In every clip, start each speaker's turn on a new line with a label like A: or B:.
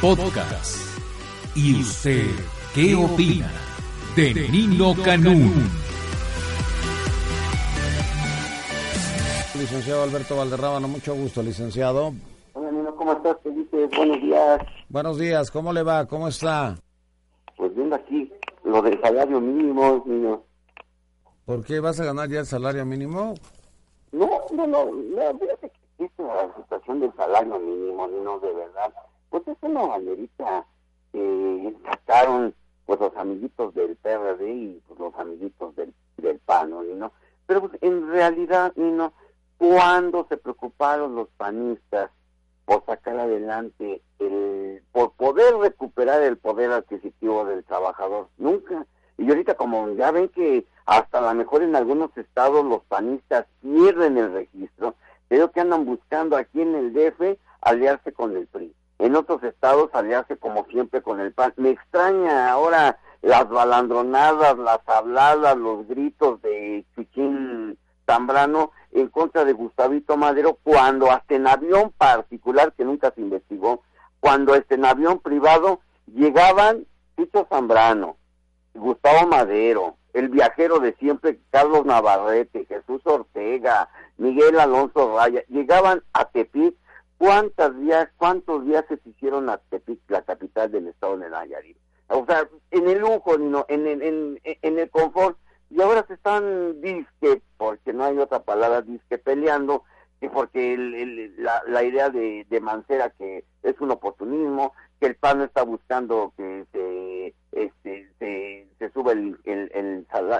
A: Podcast. ¿Y usted qué opina de Nino Canún?
B: Licenciado Alberto Valderrábano, mucho gusto, licenciado.
C: Hola, Nino, ¿cómo estás? Felipe, buenos días.
B: Buenos días, ¿cómo le va? ¿Cómo está?
C: Pues viendo aquí lo del salario mínimo, Nino.
B: ¿Por qué vas a ganar ya el salario mínimo?
C: No, no, no, no, fíjate que esta situación del salario mínimo, Nino, de verdad, pues eso no amerita. Eh, sacaron pues los amiguitos del PRD y pues, los amiguitos del, del PAN, ¿no, Nino? Pero pues, en realidad, Nino, ¿cuándo se preocuparon los panistas por sacar adelante el, por poder recuperar el poder adquisitivo del trabajador. Nunca. Y ahorita como ya ven que hasta a lo mejor en algunos estados los panistas pierden el registro, creo que andan buscando aquí en el DF aliarse con el PRI. En otros estados aliarse como siempre con el PAN. Me extraña ahora las balandronadas, las habladas, los gritos de Chiquín Zambrano en contra de Gustavito Madero cuando hasta en avión particular que nunca se investigó, cuando hasta en avión privado llegaban Tito Zambrano, Gustavo Madero, el viajero de siempre Carlos Navarrete, Jesús Ortega, Miguel Alonso Raya, llegaban a Tepic, cuántas días, cuántos días se hicieron a Tepic, la capital del estado de Nayarit. O sea, en el lujo, Nino, en, en, en, en el confort y ahora se están disque, porque no hay otra palabra, disque peleando, que porque el, el, la, la, idea de, de, Mancera que es un oportunismo, que el PAN está buscando que se, este, se, se suba el,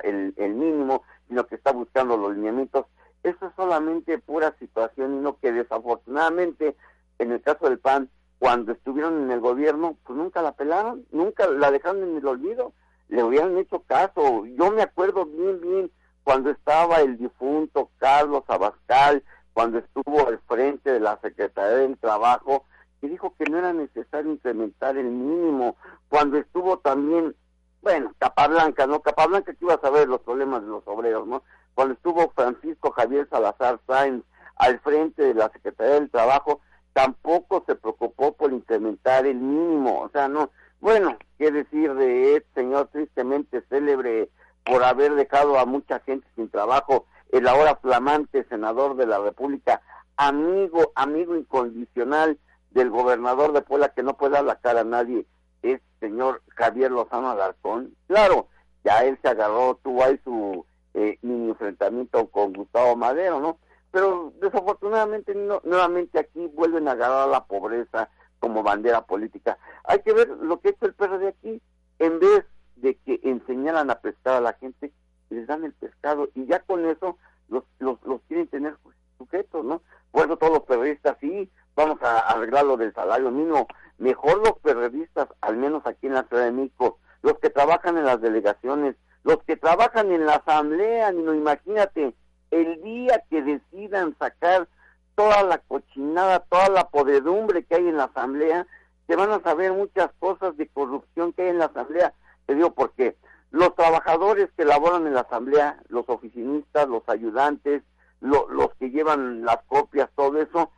C: el, el, mínimo, sino que está buscando los lineamientos. Eso es solamente pura situación y no que desafortunadamente en el caso del PAN, cuando estuvieron en el gobierno, pues nunca la pelaron, nunca la dejaron en el olvido le hubieran hecho caso. Yo me acuerdo bien, bien cuando estaba el difunto Carlos Abascal, cuando estuvo al frente de la Secretaría del Trabajo, que dijo que no era necesario incrementar el mínimo. Cuando estuvo también, bueno, Capablanca, ¿no? Capablanca que iba a saber los problemas de los obreros, ¿no? Cuando estuvo Francisco Javier Salazar Sáenz al frente de la Secretaría del Trabajo, tampoco se preocupó por incrementar el mínimo. O sea, no, bueno, qué decir de este señor tristemente célebre por haber dejado a mucha gente sin trabajo, el ahora flamante senador de la República, amigo, amigo incondicional del gobernador de Puebla que no puede dar la cara a nadie, es señor Javier Lozano Alarcón. Claro, ya él se agarró, tuvo ahí su eh, mini enfrentamiento con Gustavo Madero, ¿no? Pero desafortunadamente no, nuevamente aquí vuelven a agarrar a la pobreza, como bandera política. Hay que ver lo que ha hecho el PRD aquí. En vez de que enseñaran a pescar a la gente, les dan el pescado y ya con eso los, los, los quieren tener sujetos, ¿no? Por eso todos los perredistas, sí, vamos a arreglar lo del salario mínimo. Mejor los perredistas, al menos aquí en la Ciudad de México, los que trabajan en las delegaciones, los que trabajan en la asamblea, no imagínate, el día que decidan sacar toda la cochinada, toda la podredumbre que hay en la asamblea, se van a saber muchas cosas de corrupción que hay en la asamblea. Te digo porque los trabajadores que laboran en la asamblea, los oficinistas, los ayudantes, lo, los que llevan las copias, todo eso,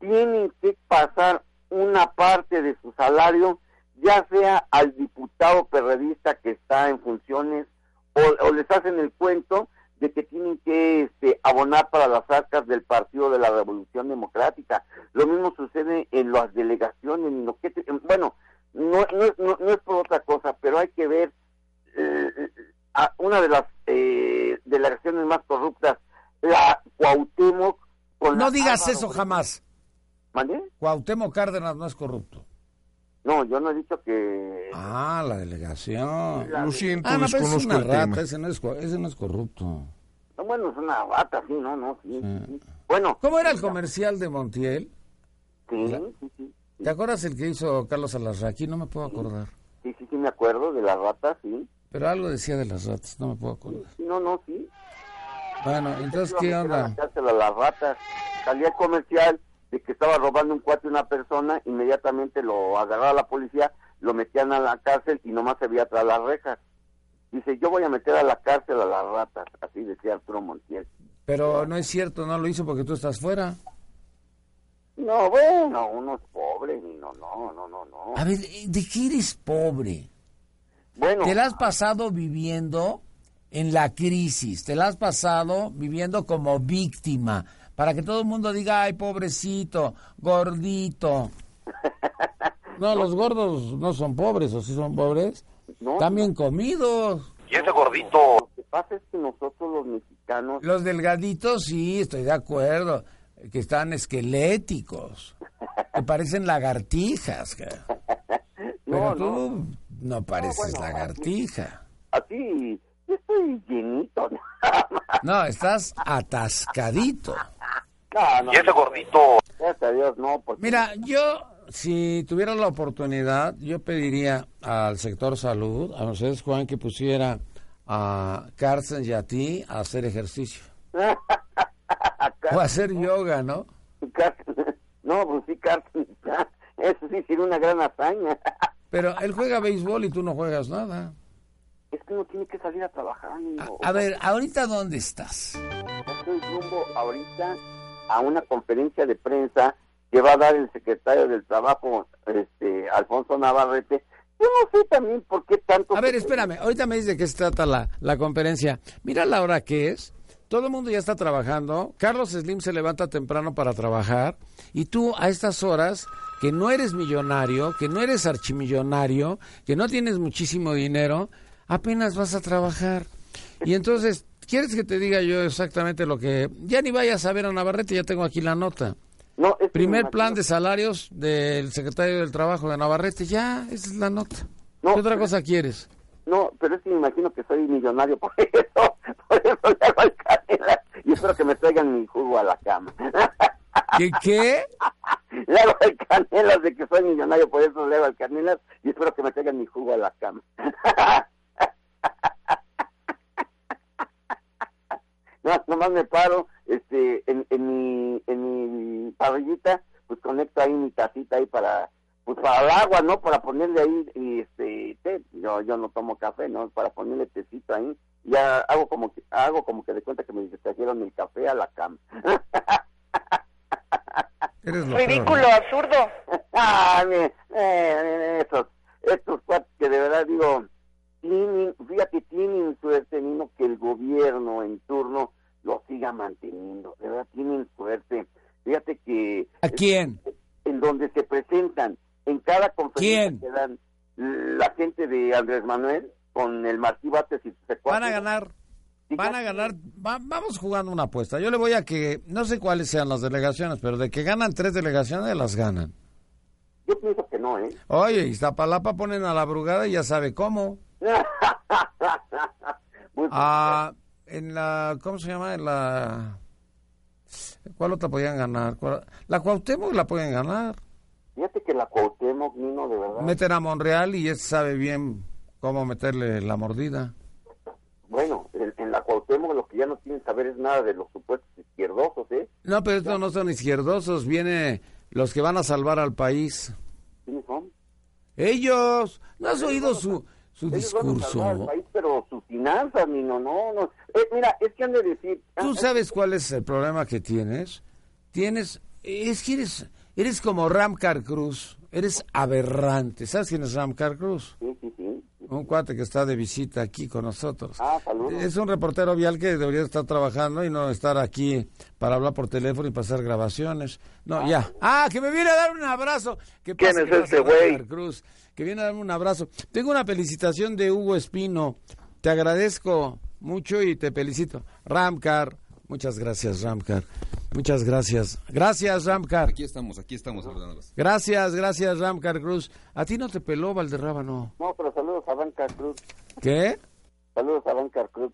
C: tienen que pasar una parte de su salario, ya sea al diputado perredista que está en funciones, o, o les hacen el cuento de que tienen que este, abonar para las arcas del Partido de la Revolución Democrática. Lo mismo sucede en las delegaciones. En lo que te, en, bueno, no, no, no, no, es por otra cosa, pero hay que ver eh, a una de las eh, delegaciones más corruptas, la Cuauhtémoc.
B: Con no la digas Álvaro eso Obregón. jamás.
C: ¿Mande?
B: Cuauhtémoc Cárdenas no es corrupto.
C: No, yo no he dicho que...
B: Ah, la delegación.
D: Lo siento,
B: ah, no, pero es
D: desconozco
B: una
D: el tema.
B: rata, ese no es, co- ese no es corrupto.
C: No, bueno, es una bata, sí, no, no,
B: Sí.
C: sí.
D: Ah.
C: sí. Bueno.
B: ¿Cómo era el comercial de Montiel?
C: Sí, sí, sí.
B: ¿Te acuerdas el que hizo Carlos Alarraqui? No me puedo acordar.
C: Sí, sí, sí, me acuerdo de la rata, sí.
B: Pero algo decía de las ratas, no me puedo acordar.
C: No, no, sí.
B: Bueno, entonces, ¿qué
C: Iba a meter a
B: onda?
C: la cárcel a las ratas. Salía el comercial de que estaba robando un cuate a una persona, inmediatamente lo agarraba la policía, lo metían a la cárcel y nomás se veía tras las rejas. Dice, yo voy a meter a la cárcel a las ratas, así decía Arturo Montiel.
B: Pero no es cierto, no lo hizo porque tú estás fuera.
C: No, bueno, uno es pobre, Nino, no, no, no, no.
D: A ver, eh, ¿de qué eres pobre?
C: Bueno,
D: Te la has pasado viviendo en la crisis, te la has pasado viviendo como víctima, para que todo el mundo diga, ay, pobrecito, gordito.
B: No, los gordos no son pobres, o sí son pobres.
C: no,
D: Están bien comidos.
E: Y ese gordito
C: lo que pasa es que nosotros los mexicanos,
D: Los delgaditos, sí, estoy de acuerdo, que están esqueléticos, que parecen lagartijas. cara.
C: no,
D: Pero
C: no,
D: tú no pareces
C: bueno,
D: lagartija.
C: así, yo estoy llenito, nada más.
D: No, estás atascadito.
C: No, no,
E: y ese gordito
C: gracias a Dios, no, pues, porque...
D: Mira, yo
B: Si tuviera la oportunidad, yo pediría al sector salud, a Mercedes Juan, que pusiera a Carson y a ti a hacer ejercicio. O a hacer yoga, ¿no?
C: Carson- No, pues sí, Carson, ya, eso sí sería una gran hazaña.
B: Pero él juega béisbol y tú no juegas nada.
C: Es que uno tiene que salir a trabajar, Nino.
D: A ver, ¿ahorita dónde estás?
C: Estoy rumbo ahorita a una conferencia de prensa que va a dar el secretario del Trabajo, este, Alfonso Navarrete. Yo no sé también por qué tanto...
B: A ver, espérame, ahorita me dice de qué se trata la, la conferencia. Mira la hora que es. Todo el mundo ya está trabajando. Carlos Slim se levanta temprano para trabajar. Y tú a estas horas, que no eres millonario, que no eres archimillonario, que no tienes muchísimo dinero, apenas vas a trabajar. Y entonces, ¿quieres que te diga yo exactamente lo que... Ya ni vayas a ver a Navarrete, ya tengo aquí la nota.
C: No, es que
B: Primer
C: me
B: plan
C: imagino-
B: de salarios del secretario del Trabajo de Navarrete. Ya, esa es la nota.
C: No,
B: ¿Qué otra
C: pero-
B: cosa quieres?
C: No, pero es que me imagino que soy millonario por eso. Por eso le hago al canela. Y espero que me traigan mi jugo a la cama.
D: ¿Qué? qué?
C: Le hago al canelas de que soy millonario, por eso le hago al canelas y espero que me traigan mi jugo a la cama. No, nomás me paro este, en, en, mi, en mi parrillita, pues conecto ahí mi tacita ahí para pues para el agua, ¿no? Para ponerle ahí y, este té. Yo, yo no tomo café, ¿no? Para ponerle tecito ahí. Ya hago como que, hago como que de cuenta que me trajeron el café a la cama.
B: Eres lo peor.
F: Ridículo, absurdo.
C: Ah, me- eh, eh, estos, estos cuates que de verdad digo, tienen, fíjate, tienen suerte, Nino, que el gobierno en turno lo siga manteniendo. De verdad, tienen suerte. Fíjate que
D: ¿A quién?
C: en donde se presentan, en cada conferencia
D: ¿Quién?
C: que dan la gente de Andrés Manuel con el Martí Bates y sus secuaces.
B: Van a ganar.
C: Fíjate,
B: Van a ganar, va- vamos jugando una apuesta. Yo le voy a que, no sé cuáles sean las delegaciones, pero de que ganan tres delegaciones, las ganan.
C: Yo pienso que no, ¿eh?
B: Oye, Iztapalapa ponen a la brugada y ya sabe cómo.
C: Pues,
B: Ah, en la, ¿cómo se llama? En la, ¿cuál otra podían ganar? ¿Cuál- La Cuauhtémoc la pueden ganar.
C: Fíjate que la Cuauhtémoc, Nino, de verdad.
B: Meten a Monreal y ya sabe bien cómo meterle la mordida.
C: Bueno, en, en la Cuauhtémoc lo que ya no quieren saber es nada de los supuestos izquierdosos, ¿eh?
B: No, pero estos no son izquierdosos, viene los que van a salvar al país.
C: ¿Quiénes son?
B: Ellos, ¿no has oído su, su
C: Ellos van a salvar al
B: discurso?
C: país, pero sus finanzas, ni no, no, no. Eh, mira, es que han de decir... ah,
B: ¿Tú sabes cuál es el problema que tienes? Tienes, es que eres, eres como Ramcar Cruz, eres aberrante. ¿Sabes quién es Ramcar Cruz?
C: Sí, sí, sí.
B: Un cuate que está de visita aquí con nosotros.
C: Ah, saludos.
B: Es un reportero vial que debería estar trabajando y no estar aquí para hablar por teléfono y pasar grabaciones. No, ya. Ah, que me viene a dar un abrazo. Que
E: ¿Quién
B: pase,
E: es
B: que pase,
E: este güey?
B: Oscar Cruz, que viene a darme un abrazo. Tengo una felicitación de Hugo Espino. Te agradezco mucho y te felicito. Ramcar, muchas gracias, Ramcar. Muchas gracias. Gracias, Ramcar.
G: Aquí estamos, aquí estamos, saludándolos.
B: Gracias, gracias, Ramcar Cruz. A ti no te peló, Valderrábano.
C: No, pero saludos a Banca Cruz.
B: ¿Qué?
C: Saludos a Banca Cruz.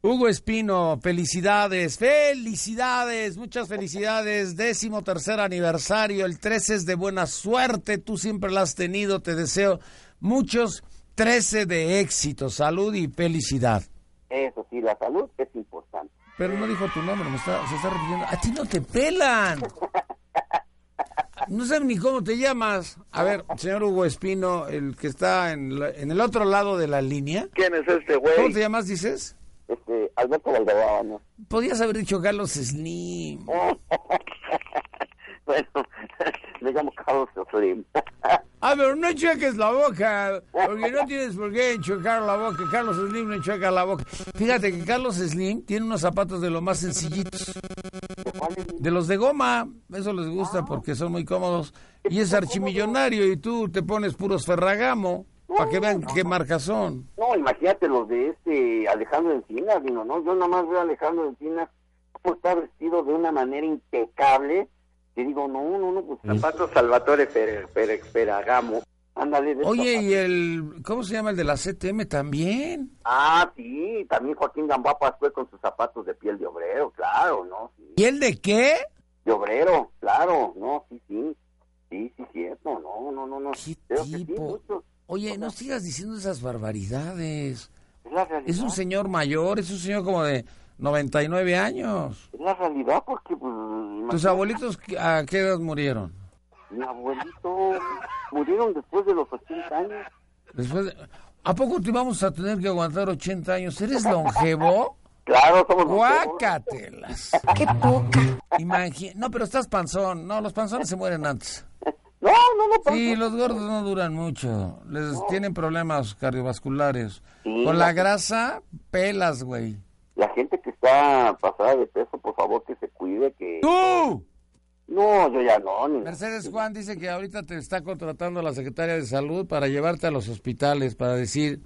B: Hugo Espino, felicidades, felicidades, muchas felicidades, décimo tercer aniversario, el 13 es de buena suerte, tú siempre la has tenido, te deseo muchos 13 de éxito, salud y felicidad.
C: Eso sí, la salud es importante.
B: Pero no dijo tu nombre, me está- se está repitiendo.
D: A ti no te pelan.
B: No sé ni cómo te llamas. A ver, señor Hugo Espino, el que está en, la- en el otro lado de la línea.
E: quién es este
B: ¿Cómo
E: güey
B: te llamas, dices?
C: Este, Alberto Valderrama, ¿no?
D: Podías haber dicho Carlos Slim.
C: bueno, me llamo Carlos Slim.
H: A ver, no choques la boca, porque no tienes por qué enchocar la boca. Carlos Slim no enchoca la boca. Fíjate que Carlos Slim tiene unos zapatos de lo más sencillitos,
C: ¿De cuál es?
H: de los de goma. Eso les gusta porque son muy cómodos. Y es archimillonario y tú te pones puros Ferragamo para que vean qué marcas son.
C: No, imagínate los de este Alejandro Encinas, digo, ¿no? Yo nada más veo a Alejandro Encinas cómo está vestido de una manera impecable. Te digo, no, no, no, pues zapatos Salvatore Pere- Pere- Peragamo. Ándale, de
H: Oye,
C: zapatos.
H: y el, ¿cómo se llama el de la CTM también?
C: Ah, sí, también Joaquín Gambá fue con sus zapatos de piel de obrero, claro, ¿no? Sí.
H: ¿Y el de qué?
C: De obrero, claro, no, sí, sí. Sí, sí, cierto, no, no, no, no.
B: ¿Qué
C: Creo que sí,
B: tipo?
C: mucho.
B: Oye, no sigas diciendo esas barbaridades.
C: Es la realidad.
B: Es un señor mayor, es un señor como de 99 años.
C: Es la realidad porque, pues,
B: ¿Tus
C: imagínate,
B: abuelitos a qué edad murieron?
C: mi abuelito murieron después de los 80 años.
B: Después de- ¿A poco te vamos a tener que aguantar 80 años? ¿Eres longevo?
C: Claro, somos
B: ¡Guácatelas!
F: Qué poca.
B: Imagi- No, pero estás panzón. No, los panzones se mueren antes.
C: No, no, no, pasa.
B: Sí, los gordos no duran mucho. Les tienen problemas cardiovasculares.
C: Sí.
B: Con la grasa, pelas, güey.
C: La gente que está pasada de peso, por favor, que se cuide, que...
B: ¡Tú!
C: No, yo ya no, ni...
B: Mercedes Juan dice que ahorita te está contratando la secretaria de salud para llevarte a los hospitales para decir,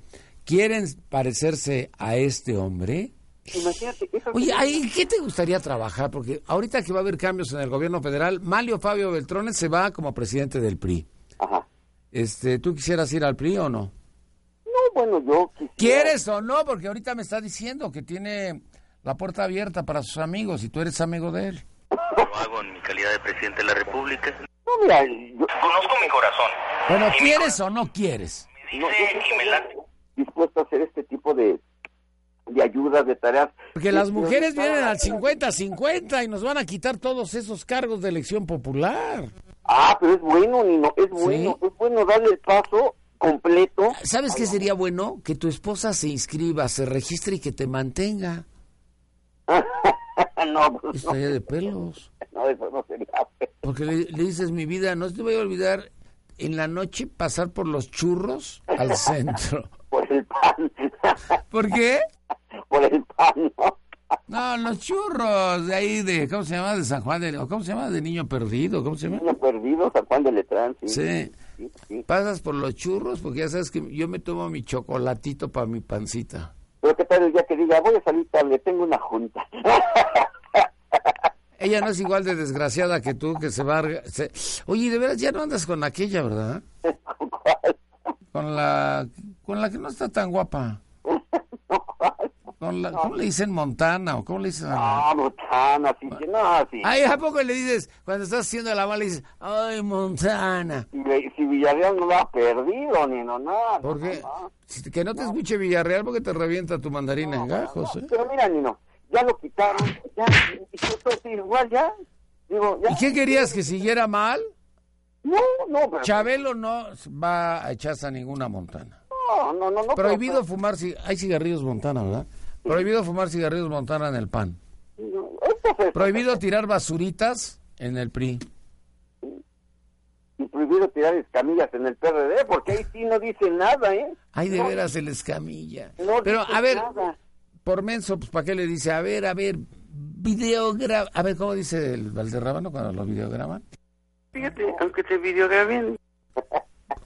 B: ¿quieren parecerse a este hombre?
C: Imagínate, eso
B: Oye, ¿ahí ¿qué te gustaría trabajar? Porque ahorita que va a haber cambios en el gobierno federal, Malio Fabio Beltrones se va como presidente del PRI.
C: Ajá.
B: Este, ¿Tú quisieras ir al PRI o no?
C: No, bueno, yo quisiera...
B: ¿Quieres o no? Porque ahorita me está diciendo que tiene la puerta abierta para sus amigos y tú eres amigo de él.
I: Lo hago en mi calidad de presidente de la República.
C: No, mira, yo...
I: Conozco mi corazón.
B: Bueno, ¿quieres o no quieres?
I: Me
C: no,
I: dice
C: yo
I: y me late.
C: dispuesto a hacer este tipo de, de ayudas, de tareas. Este,
B: Porque las
C: Yo- yo-
B: mujeres vienen al 50-50 y nos van a quitar todos esos cargos de elección popular.
C: Ah, pero es bueno, Nino, es bueno. Es bueno darle el paso completo.
B: ¿Sabes qué sería bueno? Que tu esposa se inscriba, se registre y que te mantenga.
C: no, pues, no,
B: Estaría de pelos.
C: no, eso no sería...
B: Porque le, le dices, mi vida, no te voy a olvidar en la noche pasar por los churros al centro.
C: Por el pan.
B: ¿Por qué?
C: por el pan, ¿no?
B: No, los churros de ahí de, ¿cómo se llama? De San Juan, de, o ¿cómo se llama? De Niño Perdido, ¿cómo se llama?
C: Niño perdido, San Juan de Letrán, sí.
B: Sí.
C: sí, sí.
B: Pasas por los churros porque ya sabes que yo me tomo mi chocolatito para mi pancita.
C: Pero qué tal el día que diga, voy a salir tarde, tengo una junta.
B: Ella no es igual de desgraciada que tú, que se va... a- se- Oye, de veras, ya no andas con aquella, ¿verdad?
C: ¿Con cuál?
B: Con la, con la que no está tan guapa. Con la, ¿Cómo le dicen Montana o cómo le dicen? a la-
C: Ah, botana, sí, sí, no, sí.
B: Ay, ¿a poco le dices, cuando estás haciendo la mala, le dices, ay, Montana?
C: Si, le- si Villarreal no lo ha perdido, ni no, nada.
B: Porque
C: no, no.
B: si- que no te escuche Villarreal porque te revienta tu mandarina en gajos, ¿eh?
C: Pero mira, Nino, ya lo quitaron, ya, y yo estoy así, igual ya, digo, ya.
B: ¿Y qué querías que siguiera mal?
C: No, no, pero,
B: Chabelo no va a echarse a ninguna Montana.
C: no, no, no, no.
B: Prohibido fumar, ci- hay cigarrillos Montana, ¿verdad? Prohibido fumar cigarrillos Montana en el PAN.
C: pero, pues, no, esto fue-
B: Prohibido tirar basuritas en el PRI.
C: y prohibido tirar escamillas en el PRD, porque ahí sí no dice nada, ¿eh?
B: Ay, de veras, el escamilla.
C: No
B: Pero,
C: dice
B: a ver,
C: nada.
B: por menso, pues, ¿para qué le dice? A ver, a ver, videograma. A ver, ¿cómo dice el Valderrábano cuando lo videograman?
J: Fíjate, aunque te videograben,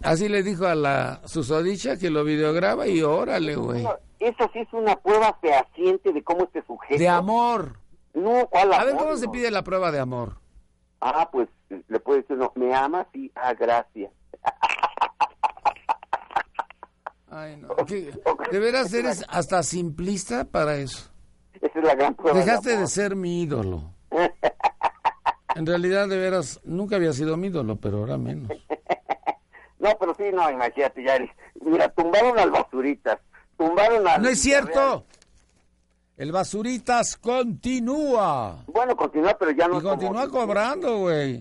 B: Así le dijo a la susodicha que lo videograba y órale, güey.
C: No, Eso sí es una prueba fehaciente de cómo este sujeto.
B: De amor.
C: No, ¿cuál
B: A ver,
C: amor,
B: ¿cómo se
C: no?
B: pide la prueba de amor?
C: Ah, pues le puedes decir, no, me amas y ah, gracias.
B: Ay, no. ¿Qué- De veras eres hasta simplista para eso.
C: Esa es la gran prueba.
B: Dejaste de
C: amor.
B: ser mi ídolo. En realidad, de veras, nunca había sido mi ídolo, pero ahora menos.
C: No, pero sí, no, imagínate, ya. eres- Mira, tumbaron al basuritas. Tumbaron al.
B: ¡No es cierto! El Basuritas continúa.
C: Bueno, continúa, pero ya no.
B: Y continúa
C: como-
B: cobrando, güey.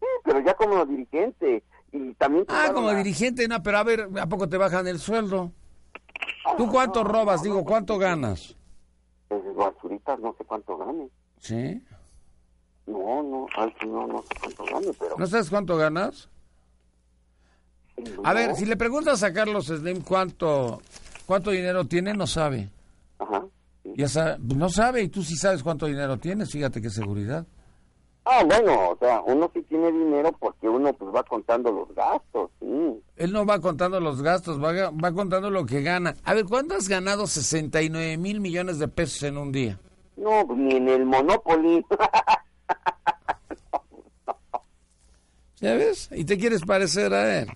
C: Sí, pero ya como dirigente. Y también.
B: Ah,
C: tumbaron
B: como
C: a-
B: dirigente, no, pero a ver, ¿a poco te bajan el sueldo? ¿Tú cuánto robas? Digo, ¿cuánto ganas?
C: pues, El basuritas, no sé cuánto gane.
B: ¿Sí?
C: No, no, ay, sí, no, no sé cuánto gane, pero...
B: ¿No sabes cuánto ganas?
C: pues,
B: A ver, si le preguntas a Carlos Slim cuánto, cuánto dinero tiene, no sabe.
C: Ajá. sí.
B: Ya sabe, no sabe, y tú sí sabes cuánto dinero tienes, fíjate qué seguridad.
C: Ah, bueno, o sea, uno sí tiene dinero porque uno pues va contando los gastos, sí.
B: Él no va contando los gastos, va, ga- va contando lo que gana. A ver, ¿cuánto has ganado 69 mil millones de pesos en un día?
C: No, pues, ni en el Monopoly.
B: ¿Ya ves? Y te quieres parecer a él.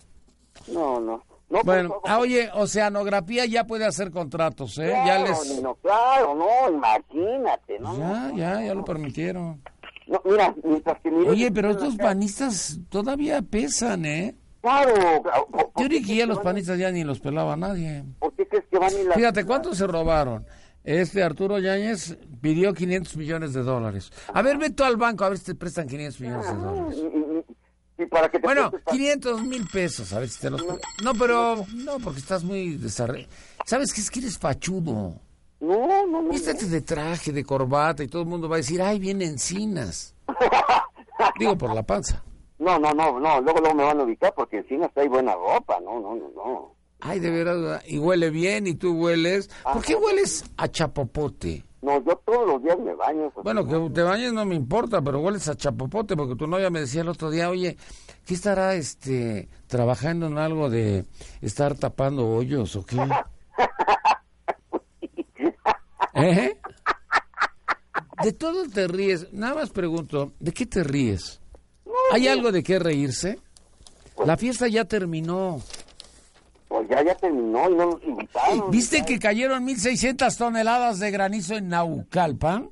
C: no, no. No, pues,
B: Bueno,
C: ojo,
B: ah, oye, Oceanografía ya puede hacer contratos, ¿eh? Ya
C: claro,
B: les...
C: Nino, claro, no, imagínate, ¿no?
B: Ya, ya, ya lo permitieron.
C: No, mira, mientras que mire-
B: Oye, pero estos panistas todavía pesan, ¿eh?
C: Claro, claro, ¿por- por
B: Yo
C: qué
B: diría que ya
C: crees
B: los
C: que van-
B: panistas ya ni los pelaba nadie.
C: ¿Por qué crees que van y las...
B: Fíjate, ¿cuánto se robaron? Este Arturo Yáñez pidió 500 millones de dólares. A ver, ve tú al banco a ver si te prestan 500 millones de dólares.
C: Y- y- y- y para que te
B: Bueno,
C: prestes pa-
B: 500 mil pesos, a ver si te los... No, pero... No, porque estás muy desarre... ¿Sabes qué es que eres fachudo?
C: No, no, no, no.
B: Vístete de traje, de corbata, y todo el mundo va a decir, ay, viene encinas. Digo, por la panza.
C: No, no, no, no, luego, luego me van a ubicar porque encima está ahí buena ropa, no, no, no, no.
B: Ay, de verdad, y huele bien, y tú hueles... ¿Por qué hueles a chapopote?
C: No, yo todos los días me baño. pues, eso sí.
B: Bueno, que te bañes no me importa, pero hueles a chapopote, porque tu novia me decía el otro día, oye, ¿qué estará este trabajando en algo de estar tapando hoyos o qué? ¿Eh? De todo te ríes. Nada más pregunto, ¿de qué te ríes? ¿Hay algo de qué reírse? La fiesta ya terminó.
C: Pues ya, ya terminó y no nos invitaron.
B: ¿Viste que cayeron 1.600 toneladas de granizo en Naucalpan?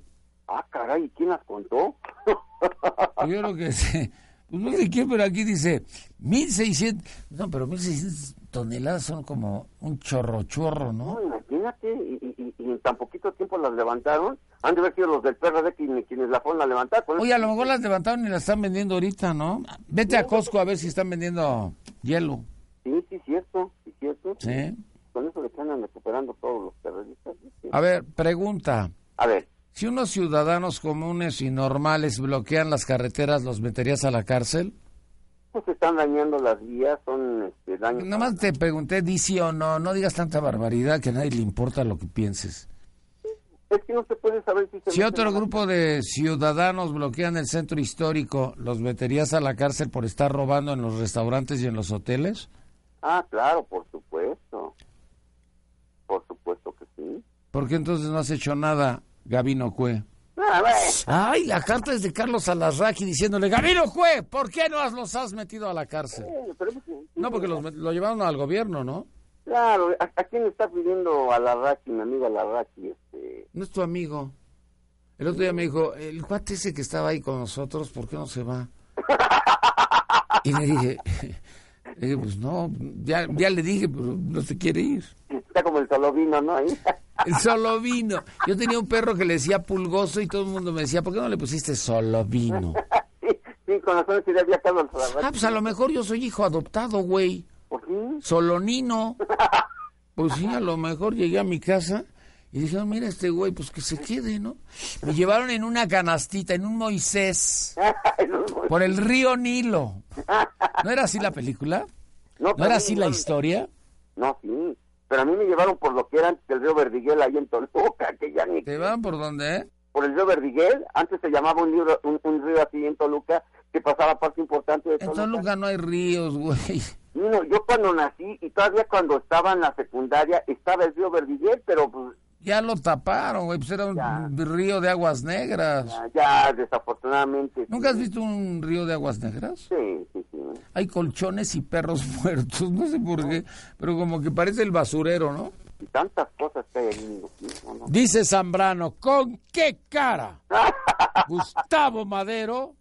C: Ah, caray, ¿quién las contó?
B: Yo creo que sí. Pues no sé quién, pero aquí dice 1600. No, pero 1600 toneladas son como un chorro chorro, ¿no?
C: No, imagínate, y, y- y- y en tan poquito tiempo las levantaron. Han de haber sido los del PRD quienes, quienes la fueron a levantar. con
B: Oye, a lo mejor las levantaron y las están vendiendo ahorita, ¿no? Vete a Costco a ver si están vendiendo hielo,
C: Sí, sí, cierto, sí, cierto.
B: ¿sí?
C: Con eso le están recuperando todos los terroristas. ¿viste?
B: A ver, pregunta.
C: A ver,
B: Si unos ciudadanos comunes y normales bloquean las carreteras, ¿los meterías a la cárcel?
C: pues están dañando las vías, son este, daños.
B: Nada más te pregunté, di sí o no, no digas tanta barbaridad que a nadie le importa lo que pienses.
C: Es que no se puede saber si se
B: Si
C: meten
B: otro
C: a la-
B: grupo de ciudadanos bloquean el centro histórico, ¿los meterías a la cárcel por estar robando en los restaurantes y en los hoteles?
C: Ah, claro, por supuesto. Por supuesto que sí.
B: ¿Por qué entonces no has hecho nada, Gabino Cue?
C: Ah, bueno.
B: Ay, la carta es de Carlos Alarraqui diciéndole, Gabino Cue, ¿por qué no has- los has metido a la cárcel?
C: Bueno, pero pues, sí,
B: No, porque los met- lo llevaron al gobierno, ¿no?
C: Claro, ¿a, a quién le está pidiendo a la Raki, mi amigo Larraqui? Este,
B: No es tu amigo. El otro día me dijo, el cuate ese que estaba ahí con nosotros, ¿por qué no se va? Y le dije, le dije, pues no, ya, ya le dije, pero no se quiere ir.
C: está como el Solovino, ¿no? Ahí.
B: El solo vino. Yo tenía un perro que le decía pulgoso y todo el mundo me decía, ¿por qué no le pusiste solo vino?
C: sí, sí, con razón se le había quedado al Larraqui.
B: Ah, pues a lo mejor yo soy hijo adoptado, güey.
C: Pues sí,
B: Solonino. Pues sí, a lo mejor llegué a mi casa y dijeron, mira este güey, pues que se quede, ¿no? Me llevaron en una canastita, en un Moisés,
C: no, no,
B: por el río Nilo. ¿No era así la película? ¿No era
C: pero a mí
B: así
C: me
B: la
C: llevaron-
B: historia?
C: No, sí. Pero a mí me llevaron por lo que era antes el río Verdiguel ahí en Toluca, que ya ni...
B: ¿Te van por dónde, eh?
C: Por el río Verdiguel, antes se llamaba un, libro, un, un río así en Toluca, que pasaba parte importante de
B: En Toluca no hay ríos, güey.
C: No, yo cuando nací y todavía cuando estaba en la secundaria estaba el río Verdiguer, pero pues
B: Ya lo taparon, güey, pues era un
C: Ya.
B: río de aguas negras.
C: ya, ya, desafortunadamente. sí.
B: ¿Nunca has visto un río de aguas negras?
C: Sí, sí, sí.
B: Hay colchones y perros muertos, no sé por qué, pero como que parece el basurero, ¿no?
C: Y tantas cosas que hay ahí. ¿no? No, no.
B: Dice Zambrano, ¿con qué cara Gustavo Madero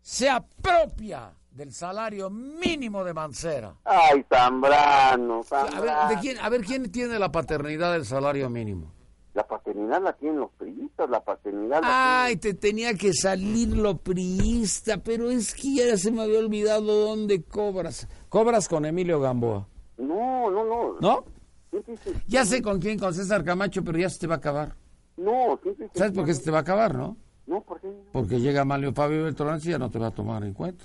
B: se apropia del salario mínimo de Mancera?
C: Ay, Zambrano,
B: A ver,
C: Zambrano.
B: ¿de quién, a ver, ¿quién tiene la paternidad del salario mínimo?
C: La paternidad la tienen los priistas, la paternidad la
B: Ay, te tenía que salir lo priista, pero es que ya se me había olvidado dónde cobras. Cobras con Emilio Gamboa,
C: tienen- No, no, no.
B: ¿no?
C: Simple y sen-
B: Ya sé con quién, con César Camacho, pero ya se te va a acabar.
C: No, simple y
B: ¿Sabes por qué
C: sencillamente-
B: se te va a acabar, no?
C: No, ¿por qué?
B: Porque llega Mario Fabio Beltrán y ya no te va a tomar en cuenta.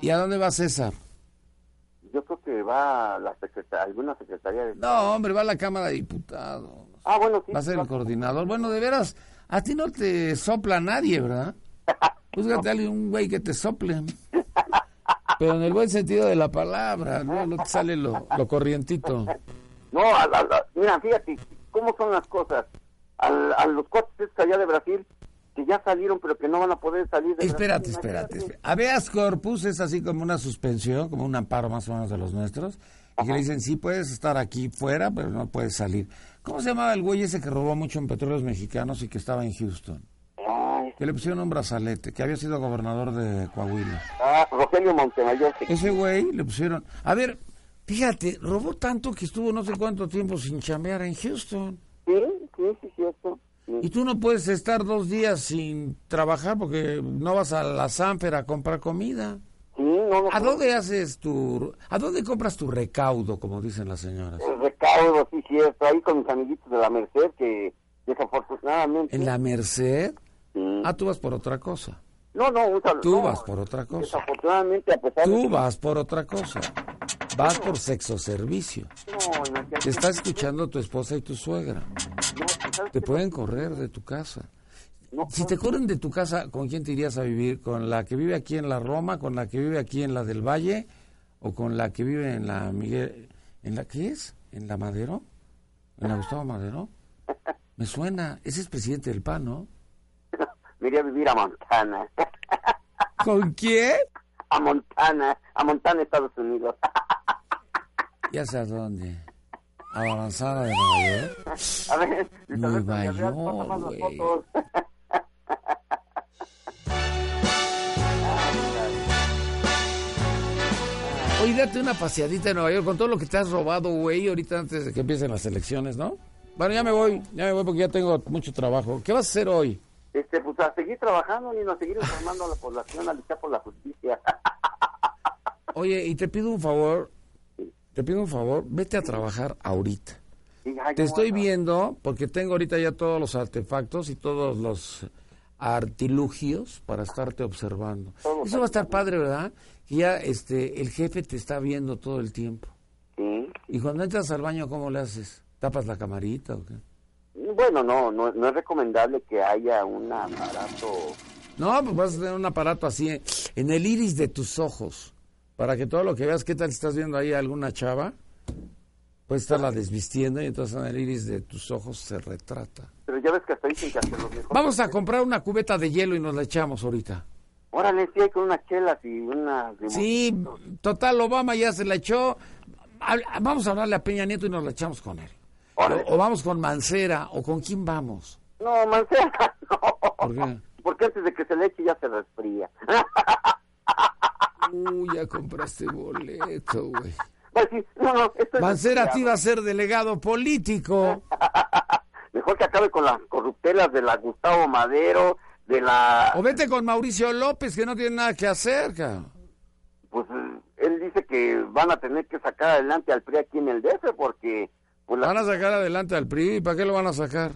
B: ¿Y a dónde va César?
C: Yo creo que va a la secreta- alguna secretaría de...
B: No, hombre, va a la Cámara de Diputados.
C: Ah, bueno, sí.
B: Va a ser el
C: claro.
B: coordinador. Bueno, de veras, a ti no te sopla nadie, ¿verdad? Búscate a alguien, un güey que te sople. Pero en el buen sentido de la palabra, no, no te sale lo, lo corrientito.
C: No, a la- la- mira, fíjate, ¿cómo son las cosas? Al- a los cuates que allá de Brasil, que ya salieron, pero que no van a poder salir de
B: Espérate,
C: Brasil,
B: espérate.
C: imagínate.
B: espérate. Habeas corpus es así como una suspensión, como un amparo más o menos de los nuestros. Y que le dicen, sí, puedes estar aquí fuera, pero no puedes salir. ¿Cómo se llamaba el güey ese que robó mucho en petróleos mexicanos y que estaba en Houston?
C: Ay,
B: Que le pusieron un brazalete, que había sido gobernador de Coahuila.
C: ah, Rogelio Montemayor, sí.
B: Ese güey le pusieron. A ver, fíjate, robó tanto que estuvo no sé cuánto tiempo sin chambear en Houston.
C: Sí, sí, sí, cierto. Sí.
B: Y tú no puedes estar dos días sin trabajar porque no vas a la Sanfer a comprar comida.
C: Sí, no, no,
B: ¿A
C: no.
B: dónde haces tu. ¿A dónde compras tu recaudo, como dicen las señoras?
C: El recaudo, sí, cierto. Ahí con mis amiguitos de la Merced, que desafortunadamente.
B: ¿En la Merced?
C: Sí.
B: Ah, tú vas por otra cosa.
C: No, no, un saludo.
B: Tú
C: No,
B: vas por otra cosa.
C: Desafortunadamente, a pesar de.
B: Tú vas por otra cosa. Vas por sexo servicio.
C: No, imagínate.
B: Te está escuchando tu esposa y tu suegra.
C: No, ¿sabes
B: Te
C: qué?
B: pueden correr de tu casa.
C: No,
B: Si te corren de tu casa, ¿con quién te irías a vivir? ¿Con la que vive aquí en la Roma, con la que vive aquí en la del Valle o con la que vive en la Miguel en la qué es? ¿En la Madero? ¿En la Gustavo Madero? Me suena, ese es presidente del PAN, ¿no?
C: Me iría a vivir a Montana.
B: ¿Con quién?
C: a Montana. A Montana, Estados Unidos.
B: Ya sé a dónde. A la avanzada de Nueva York.
C: a ver. si tal vez
B: Nueva
C: me veas,
B: York,
C: pásame las
B: güey.
C: fotos.
B: Oye, date una paseadita en Nueva York con todo lo que te has robado, güey, ahorita antes de que empiecen las elecciones, ¿no? Bueno, ya me voy, ya me voy porque ya tengo mucho trabajo. ¿Qué vas a hacer hoy?
C: Este, pues a seguir trabajando, ni a seguir informando a la población, a luchar por la justicia.
B: Oye, y te pido un favor, te pido un favor, vete a trabajar ahorita.
C: Y, ay,
B: Te
C: no,
B: estoy
C: no.
B: viendo porque tengo ahorita ya todos los artefactos y todos los artilugios para estarte observando. Eso va a estar padre, ¿verdad? Que ya este el jefe te está viendo todo el tiempo.
C: Sí.
B: Y cuando entras al baño, ¿cómo le haces? ¿Tapas la camarita o qué?
C: Bueno, no, no, no es recomendable que haya un aparato.
B: No, pues vas a tener un aparato así eh, en el iris de tus ojos para que todo lo que veas, qué tal si estás viendo ahí a alguna chava, puedes estarla desvistiendo y entonces en el iris de tus ojos se retrata.
C: Pero ya ves que hasta dicen que hasta los mejores.
B: Vamos a comprar una cubeta de hielo y nos la echamos ahorita.
C: Órale, sí, hay con unas chelas y unas. limones.
B: Sí, total, Obama ya se la echó. Hab- Vamos a hablarle a Peña Nieto y nos la echamos con él.
C: Órale.
B: O, o vamos con Mancera, o con quién vamos.
C: No, Mancera, no.
B: ¿Por qué?
C: Porque antes de que se le eche ya se resfría.
B: Uy, ya compraste boleto, güey.
C: Va a decir, Pues no, no, esto es
B: Mancera, a ti
C: resfriado.
B: va a ser delegado político.
C: Mejor que acabe con las corruptelas de la Gustavo Madero, de la.
B: O vete con Mauricio López, que no tiene nada que hacer, cabrón.
C: Pues eh, él dice que van a tener que sacar adelante al PRI aquí en el DF porque. Pues, la-
B: Van a sacar adelante al PRI, ¿para qué lo van a sacar?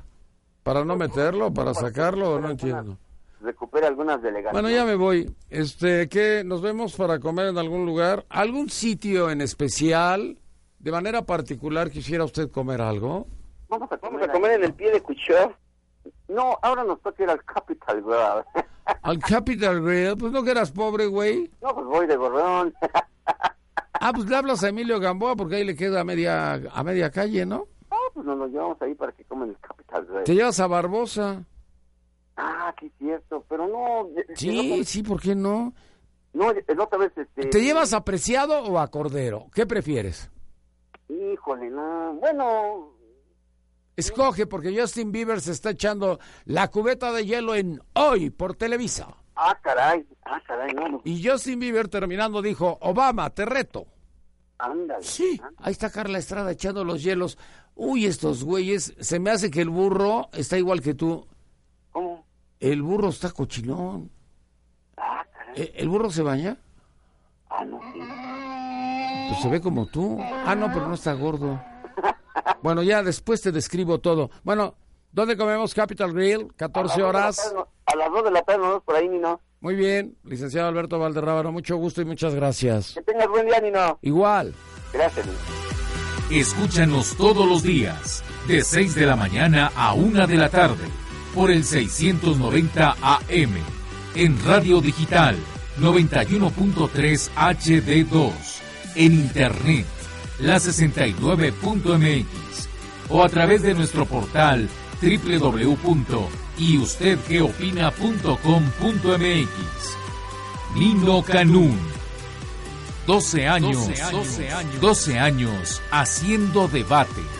B: ¿Para no meterlo? ¿Para sacarlo? No entiendo.
C: recupera algunas delegaciones.
B: Bueno, ya me voy. Este, ¿qué? ¿Nos vemos para comer en algún lugar? ¿Algún sitio en especial? ¿De manera particular quisiera usted comer algo?
C: Vamos a
G: Vamos a comer en el pie de cuchillo.
C: No, ahora nos toca ir al Capital, ¿verdad?
B: ¿Al Capital Grill? Pues no que eras pobre, güey.
C: No, pues voy de gorrón.
B: Ah, pues le hablas a Emilio Gamboa porque ahí le queda a media, a media calle, ¿no?
C: Ah, pues nos lo llevamos ahí para que comen el Capital, ¿verdad?
B: Te llevas a Barbosa.
C: Ah, sí, cierto, pero no. eh,
B: Sí, sí, ¿por qué no?
C: No, eh, la otra vez, este.
B: ¿Te llevas a Preciado o a Cordero? ¿Qué prefieres?
C: Híjole, no. Bueno,
B: Escoge porque Justin Bieber se está echando la cubeta de hielo en Hoy por Televisa.
C: ah, caray, ah, caray, no, no,
B: Y Justin Bieber terminando dijo, Obama, te reto.
C: ándale.
B: Sí, ahí está Carla Estrada echando los hielos. Uy, estos güeyes, se me hace que el burro está igual que tú.
C: ¿Cómo?
B: El burro está cochinón.
C: Ah, caray,
B: ¿E- ¿El burro se baña?
C: ah, no, sí.
B: Pues se ve como tú. Ah, no, pero no está gordo. Bueno, ya después te describo todo. Bueno, ¿dónde comemos Capital Grill? 14
C: A las dos de la
B: horas.
C: tarde, a las dos de la tarde nos vemos por ahí, Nino.
B: Muy bien, licenciado Alberto Valderrábano, mucho gusto y muchas gracias.
C: Que tengas buen día, Nino.
B: Igual.
C: Gracias, Nino.
A: Escúchanos todos los días, de 6 de la mañana a 1 de la tarde, por el 690 AM, en Radio Digital 91.3 HD2, en Internet, la 69.mx, o a través de nuestro portal www.yustedgeopina.com.mx. Nino Canún. 12 años, 12 años, 12 años haciendo debate.